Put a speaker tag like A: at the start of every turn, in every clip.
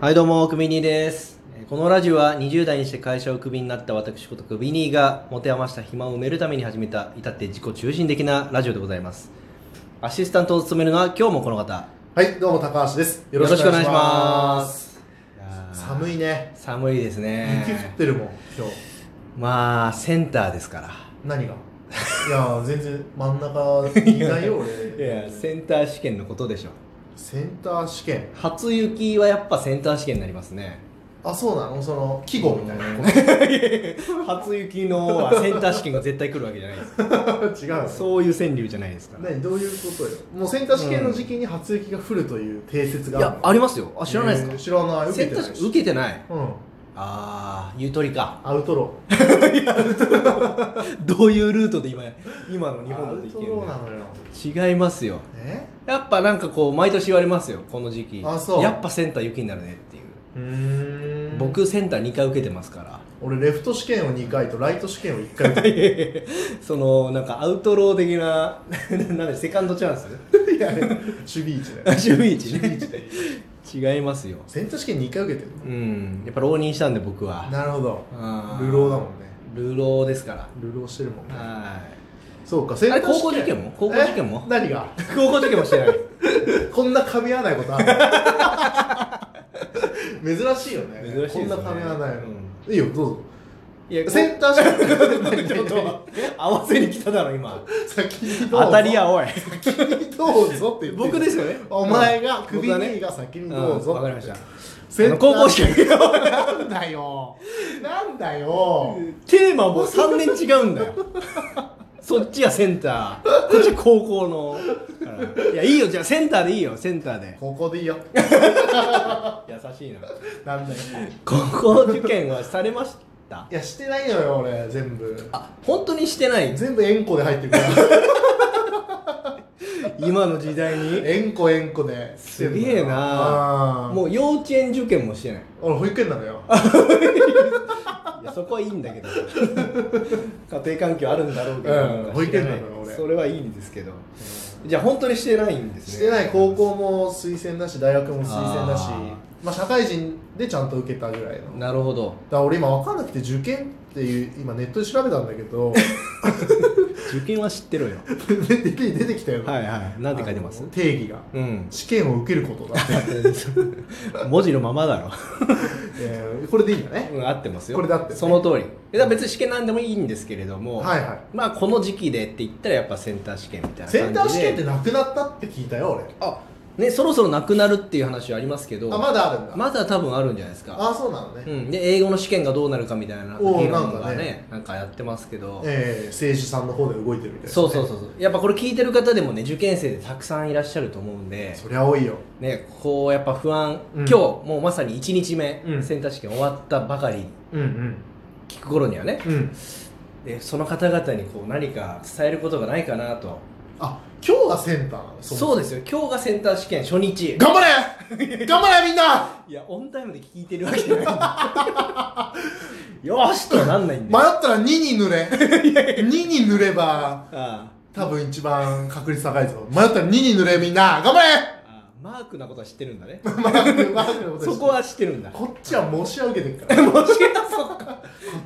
A: はいどうもクビニーですえーこのラジオは20代にして会社をクビになった私ことクビニーが持て余した暇を埋めるために始めた至って自己中心的なラジオでございますアシスタントを務めるのは今日もこの方
B: はい、どうも高橋です。
A: よろしくお願いします
B: よろしくお願いします。寒いね。
A: 寒いですね
B: 雪降ってるもん、今日。
A: まあセンターですから
B: 何がいやー、全然真ん中にいないよ、
A: い
B: 俺。
A: やセンター試験のことでしょ
B: センター試験。
A: 初雪はやっぱセンター試験になりますね
B: あ、そうなのその、季語みたいな
A: 初雪のは センター試験が絶対来るわけじゃないです
B: こと。違うの。
A: そういう川柳じゃないですから
B: 何どういうことよ。もうセンター試験の時期に初雪が降るという定説
A: い
B: がある
A: やありますよあ知らないですか、
B: か知らない。受
A: セン
B: けて
A: ター
B: ない
A: 試験
B: し。
A: 受けてない
B: うん。
A: ああゆとりか
B: アウトロー。
A: どういうルートで今今の日本
B: ア
A: だと
B: ウ
A: い
B: ト
A: け
B: ロー
A: る
B: なのよ。
A: の違いますよ
B: え
A: やっぱなんかこう毎年言われますよこの時期
B: あそう
A: やっぱセンター雪になるねっていう、
B: うーん。
A: 僕センター2回受けてますから
B: 俺、レフト試験を2回とライト試験を1回受けてる
A: そのなんかアウトロー的な なんでセカンドチャ ンス
B: いや、守備位置だよ。
A: 守備位置
B: 守備位
A: ね
B: 置で。
A: 違いますよ
B: センター試験2回受けてる
A: うんやっぱ浪人したんで僕は
B: なるほど。
A: あー
B: 流浪だもんね。
A: 流浪ですから
B: 流浪してるもんね。
A: は
B: そうか、センター試験。
A: あれ高校受験も高校受験も
B: え何が
A: い高校受験も してない
B: こんな噛み合わないことある珍しいよね。
A: 珍しいですね
B: こんな噛み合わないの
A: う
B: いいよ、どうぞ。
A: いや
B: センター試験何
A: ちょっと合わせに来ただろ今
B: 先にどうぞ。
A: 当たりやおい
B: 先にどうぞって言ってる
A: 僕ですよね
B: お前が、
A: 僕
B: 首
A: がね
B: にが先に
A: うん
B: どうぞ。
A: わかりました
B: セ
A: あ
B: ンタ
A: の
B: ー
A: 高校試験
B: なんだよ。なんだよ。
A: テーマも3年違うんだよそっちはセンターこっちは高校のからいやいいよじゃあセンターでいいよセンターで
B: ここでいいよ。
A: 優しいな
B: なんだよ。
A: 高校受験はされました
B: いや、してないのよ、俺、全部。
A: あ本当にしてない
B: 全部円弧で入って るから。
A: 今の時代に
B: 円弧円弧で。
A: すげえな
B: も
A: も
B: う。
A: う幼稚園受験もしてない
B: 俺、保育園なのよ。
A: いやそこはいいんだけど家庭環境あるんだろうけど、
B: うん
A: なんか
B: 保育園
A: 知ら
B: なのよ俺
A: それはいいんですけど、じゃあ本当にしてないんですね
B: してない高校も推薦だし、大学も推薦だし
A: あ、
B: まあ、社会人でちゃんと受けたぐらいの。だか
A: なるほど
B: ら俺今分かんなくて受験っていう今ネットで調べたんだけ ど
A: 受験は知ってろよ
B: 出て出てきたよ、
A: はいはいなんて書いてます
B: あの定義が
A: うん
B: 試験を受けることだって、
A: 文字のままだろ、
B: えーこれでいいんだね
A: うん、合ってますよ
B: これで合ってるね
A: その通りえだから別に試験なんでもいいんですけれども、
B: はいはい
A: まあこの時期でって言ったらやっぱセンター試験みたいな感じで
B: センター試験ってなくなったって聞いたよ俺
A: あねそろそろなくなるっていう話はありますけど
B: あまだあるんだ、
A: まだ多分あるんじゃないですか
B: あそうなのね、
A: うん、で英語の試験がどうなるかみたいな
B: おー
A: 議論
B: なん
A: が
B: か
A: ね
B: ね
A: なんかやってますけど、
B: ええ政治さんの方で動いてるみたいな、
A: そうそうそうそうやっぱこれ聞いてる方でもね受験生でたくさんいらっしゃると思うんで、
B: そりゃ多いよ
A: ね、こうやっぱ不安、
B: う
A: 今
B: ん
A: 日もうまさに1日目、
B: うん
A: センター試験終わったばかり
B: うんうん
A: 聞く頃にはね
B: うん
A: でその方々にこう何か伝えることがないかなと
B: あ今日がセンターなの
A: そう
B: う
A: ですよ今日がセンター試験初日
B: 頑張 れ頑張れみんない
A: やオンタイムで聞いてるわけじゃないんだ よしとはなんないん
B: 迷っ
A: だよ、
B: たら2に塗れ 2に塗れば
A: あ
B: 多分一番確率高いぞ迷ったら2に塗れみんな頑張
A: あ
B: れ
A: あ あマークなことは知ってるんだね
B: マークマークのこと
A: そこは知ってるん だ
B: こっちは申し上げてるからこっ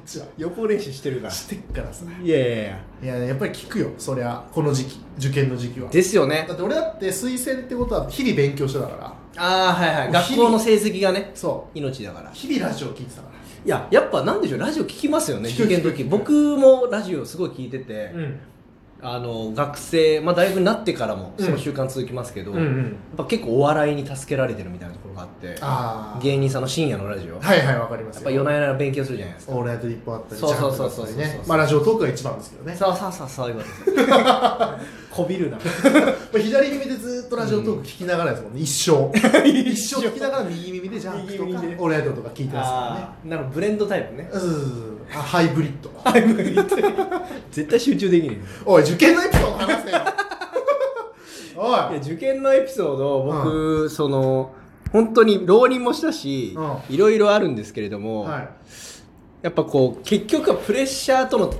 B: ちは
A: 予行練習してるから
B: してっからさ
A: いやいやいや
B: いややっぱり聞くよそりゃこの時期受験の時期は
A: ですよね
B: だって俺だって推薦ってことは日々勉強してたから
A: ああはいはい
B: もう
A: 学校の成績がね
B: そ
A: 命だから
B: う日々ラジオ聞いてたか
A: いややっぱなんでしょうラジオ聞きますよね受
B: 聞く
A: 験の
B: 聞
A: 時
B: く
A: 僕もラジオすごい聞いてて
B: ら、ん
A: あの学生まあ大学になってからも
B: うん
A: その習慣続きますけど、
B: うんう
A: やっ
B: ん
A: ぱ結構お笑いに助けられてるみたいなところがあって
B: ああ
A: 芸人さんの深夜のラジオやっ
B: はいはいわかりますよ
A: ぱ夜な夜な勉強するじゃないですか
B: オールナイト日本あったり
A: そうそうそうそう
B: ジャンプ
A: そうそ
B: だったり
A: うそう
B: ねまあラジオトークが一番ですけどね、ま
A: さあさあさあさあいうことです こびるな
B: あ、左耳でずっとラジオトーク聞きながらですもんね、一 生一生聞きながら右耳でジャンプとか
A: 右
B: オ
A: 耳で
B: ールナイトとか聞いてます
A: ああなるほどブレンドタイプね
B: からねうんうんうんあハイブリッド
A: はい無理言って絶対集中できない
B: おい受験のエピソード 話せよお
A: い
B: い
A: や受験のエピソードを僕、その本当に浪人もしたし
B: う
A: いろいろあるんですけれども、
B: はい
A: やっぱこう結局はプレッシャーとの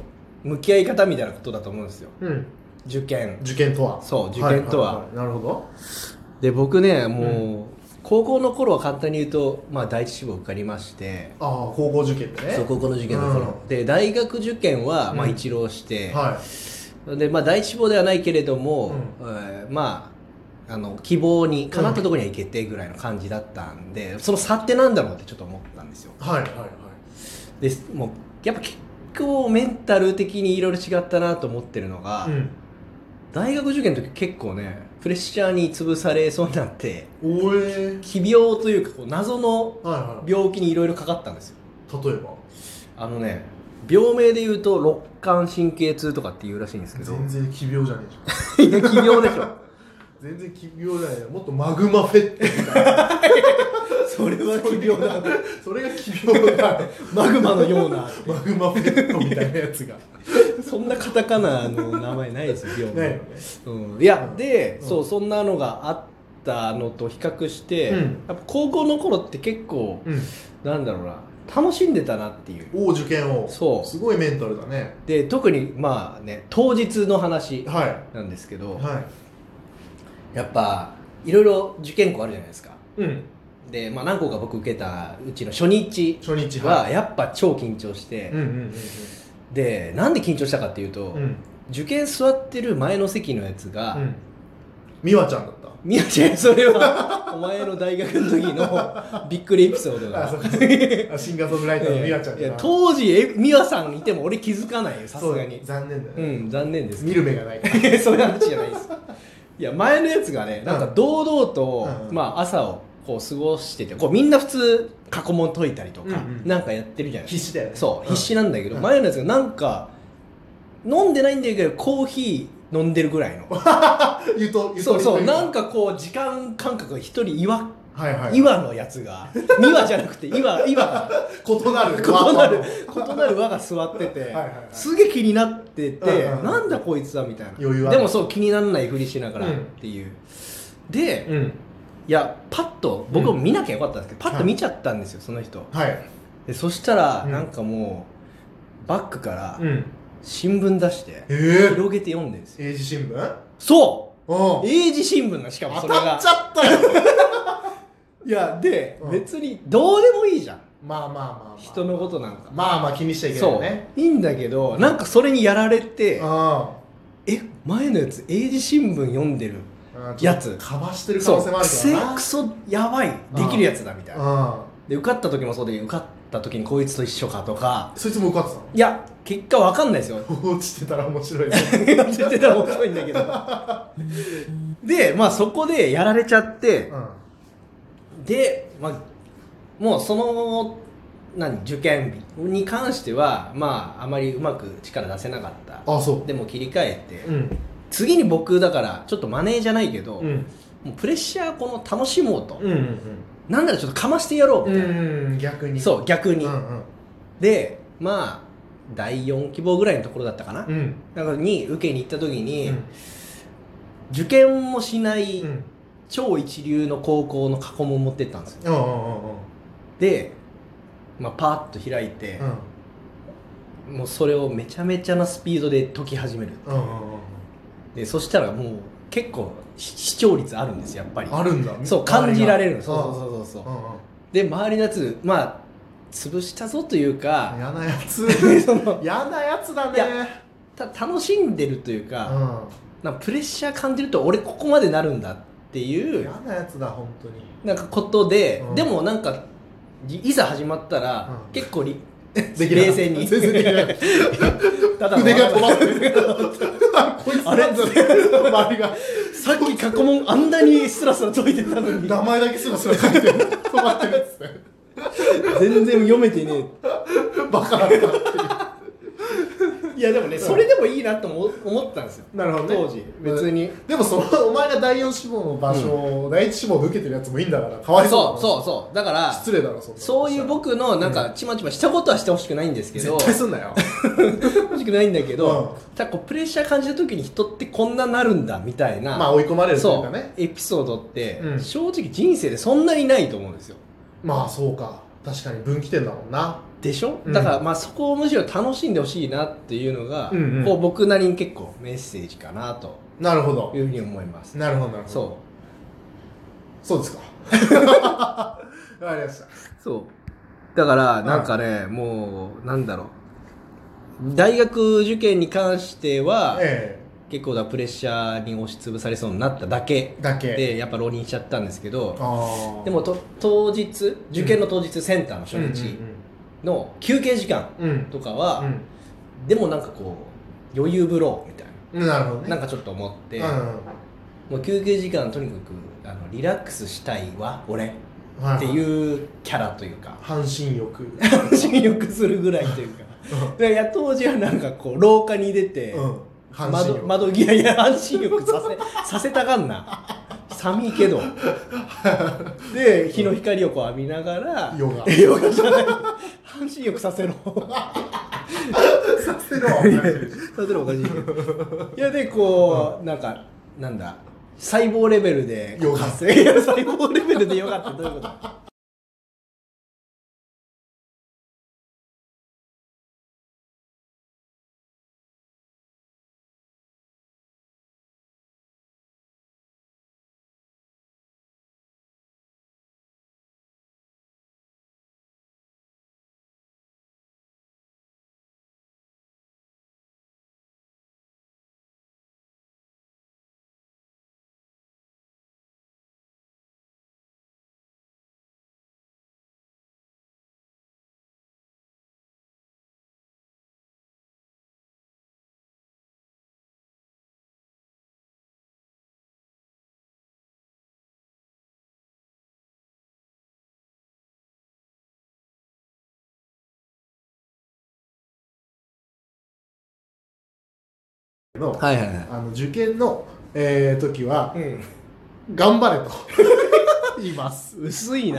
A: 向き合い方みたいなことだと思うんですよ
B: うん
A: 受験
B: 受験とは
A: そう受験とは
B: なるほど
A: で僕ねもう、高校の頃は簡単に言うと、まあ、第一志望受かりまして
B: ああ高校受験でね
A: そう高校の受験の頃、
B: うん
A: で大学受験は、まあ、
B: うん
A: 一浪して、
B: は
A: でまあ、第一志望ではないけれども、
B: う
A: えーまああの希望にかなったところには行けてぐらいの感じだったんで、その差ってなんだろうってちょっと思ったんですよ
B: いはいはいはい
A: でもうやっぱ結構メンタル的にいろいろ違ったなと思ってるのが、
B: うん
A: 大学受験の時結構ねプレッシャーに潰されそうになって
B: おえ
A: 奇病というかこう謎の
B: はいは
A: 病気にいろいろかかったんですよ
B: い例えば
A: あのね病名で言うと肋間神経痛とかっていうらしいんですけど
B: 全然奇病じゃねえじゃ
A: い
B: ん
A: や奇病でしょ
B: 全然奇病じゃないよもっとマグマフェッテみたいな
A: それは奇病だ
B: それが奇病だ
A: マグマのような
B: マグマフェットみたいなやつが
A: そんなカタカナの名前ないですよ病名、
B: ないよね
A: うん、いやで、
B: うん
A: そうそんなのがあったのと比較して、
B: うん
A: やっぱ高校の頃って結構
B: うん
A: なんだろうな楽しんでたなっていう
B: お受験を
A: そう
B: すごいメンタルだね
A: で特にまあね当日の話
B: は
A: なんですけ
B: い
A: ど、
B: は
A: やっぱいろいろ受験校あるじゃないですか
B: いうん
A: で、まあ、何校か僕受けたうちの初日
B: 初日
A: は
B: はい
A: やっぱ超緊張して、
B: うんうん
A: でなんで緊張したかっていうと、
B: うんうんうん
A: 受験座ってる前の席のやつが、
B: うん美和ちゃんだった
A: みやちゃんそれはお前の大学の時のびっくりエピソード
B: あ
A: が
B: そうかそうかあシンガーソングライターの美和ちゃん
A: い
B: だ
A: や
B: な
A: 当時えみやさんいても俺気づかないよさ
B: そ
A: す
B: う
A: が
B: だ
A: に
B: 残念だよ
A: う
B: ね
A: ん残念です
B: 見る目がないから
A: いや そういう話じゃないですいや前のやつがねなんか堂々と、
B: うんうん
A: まあ、朝をこう過ごしててこうみんな普通過去問解いたりとか、
B: うんうん
A: なんかやってるじゃない
B: 必死だよね
A: そう、
B: ん
A: 必死なんだけど、
B: うん
A: 前のやつがなんか飲んでないんだけどコーヒー飲んでるぐらい の
B: 言うと言うと
A: そうそう
B: 言と
A: なんかこう時間感覚が一人岩
B: はいはい
A: 岩のやつが二輪じゃなくて岩岩が
B: 異なる
A: 異なる
B: まあ
A: 異なる輪が座ってて
B: いはいはい
A: すげえ気になってて、
B: うんうん
A: なんだこいつはみたいな
B: 余裕ある
A: でもそう気にならないふりしながらっていう、で、
B: まあうん
A: いやパッと僕も見なきゃよかったんですけど、パッと見ちゃったんですよその人
B: はい
A: でそしたら
B: うん
A: なんかもうバッグから
B: うん
A: 新聞出して
B: えー
A: 広げて読んでるんですよ
B: 英字新聞
A: そ
B: お
A: う英字新聞がしかもそ
B: 当
A: れ
B: た
A: が
B: っちゃったよ
A: いやで、
B: うん
A: 別にどうでもいいじゃん
B: まあまあまあまあ
A: 人のことなんか
B: まあまあ気にしちゃいけない
A: そ
B: よ
A: う
B: ね
A: いいんだけどなんかそれにやられて、
B: あ
A: え前のやつ英字新聞読んでる
B: あ
A: やつ
B: かばしてる可
A: そ
B: 能
A: うク
B: 性もあるか
A: セ
B: らな
A: クソやばいできるやつだみたいな
B: あ
A: で受かった時もそうで受かった時にこいつと一緒かとか
B: あそいつも受かってた
A: いや結果わかんないですよ
B: の落ちてたら面白いね
A: なんて言ってたら面白いんだけ どでまあそこでやられちゃって
B: う、ん
A: で、まあ、もうその何受験日に関してはまああまりうまく力出せなかった
B: ああそ
A: でも切り替えて、
B: ううん
A: 次に僕だからちょっとマネーじゃないけど、
B: うん
A: もうプレッシャーこの楽しもうと、
B: うん
A: なんならちょっとかましてやろう
B: う
A: みたいな、
B: んうん逆に
A: そう逆に、
B: うんうん
A: でまあ第4希望ぐらいのところだったかな、
B: うん
A: だからに受けに行った時に、
B: うん
A: 受験もしない
B: うん
A: 超一流の高校の過去問持ってったんですよ
B: うんうんうん
A: で、まあ、パーッと開いて、もうそれをめちゃめちゃなスピードで解き始める
B: うんうんうんうん
A: でそしたらもう結構し視聴率あるんですやっぱり
B: あるんだ
A: そう感じられるの
B: 周りが
A: そうそうそうそうそう
B: うんうんうん
A: で周りのやつまあ潰したぞというか、
B: 嫌なや つ
A: その
B: 嫌なやつだ
A: い
B: ね
A: た楽しんでるという
B: う
A: か、
B: ん
A: なんかプレッシャー感じると俺ここまでなるんだっていう
B: 嫌なやつだ本当に
A: なんかことで、
B: うん
A: でもなんかいいざ始まったら、
B: うん
A: 結構り
B: できな か
A: 冷
B: った
A: 静に
B: 全然できなかった
A: だ
B: 筆が止まって たこいつ
A: あれ
B: なんだろう周りが
A: さっき過去問あんなにスラスラ解いてたのに
B: 名前だけすらすら書いてる止まってるやつね
A: 全然読めてね
B: バカだった
A: えいやでもねそれでもいいなとも思ったんですよ
B: なるほ
A: 当時別に
B: でもそのお前が第4志望の場所を第1志望で受けてるやつもいいんだからかわい
A: そ
B: そうう
A: そう
B: う
A: そうだから
B: 失礼だろそんなこと
A: そういう僕のなんかちまちましたことはしてほしくないんですけど
B: 絶対すんなよ
A: 欲しくないんだけど、
B: う
A: ただこうプレッシャー感じた時に人ってこんななるんだみたいな、
B: まあ追い込まれるとい
A: そう
B: か
A: う、
B: ね
A: エピソードって
B: うん
A: 正直人生でそんなにないと思うんですよ
B: まあそうか確かに分岐点だもんな
A: でしょ、
B: うん
A: だからまあそこをむしろ楽しんでほしいなっていうのが、
B: うんうん
A: こう僕なりに結構メッセージかなと
B: なるほど
A: いうふうに思います、
B: なるほどなるほど
A: そ
B: そう ですか。わかりました。
A: そう。だから、なんかね、もう、なんだろう。大学受験に関しては、
B: え
A: 結構なプレッシャーに押しつぶされそうになっただけ
B: えだけ。
A: で、やっぱ浪人しちゃったんですけど、
B: ああ。
A: でもと当日、受験の当日、センターの初
B: うんうんうん、
A: 日の休憩時間
B: うん。うん。
A: とかは、でもなんかこう、余裕ぶろうみたい
B: うん。なるほどね。
A: な、なんかちょっと思って、
B: う
A: もう休憩時間、とにかくあのリラックスしたいわ、俺
B: ん。は
A: って
B: う。
A: いうキャラというか、
B: 半身浴。
A: 信欲するぐらいというか。いや当時はなんかこう廊下に出て、
B: うん。半身
A: 窓
B: 浴。
A: 窓際いや半身浴させさせたがんな寒いけ どで日の光をこう浴びながら
B: ヨガ。
A: ヨガじゃない半身浴させろ
B: させろ。
A: させろおかしいけどいやでこう、なんかなんだ細胞レベルで
B: ヨガ
A: 活 性いや細胞レベルでヨガってどういうこと
B: の、
A: はいはいはい
B: あの受験の、えー、時は
A: うん
B: 頑張れと言います。
A: 薄いな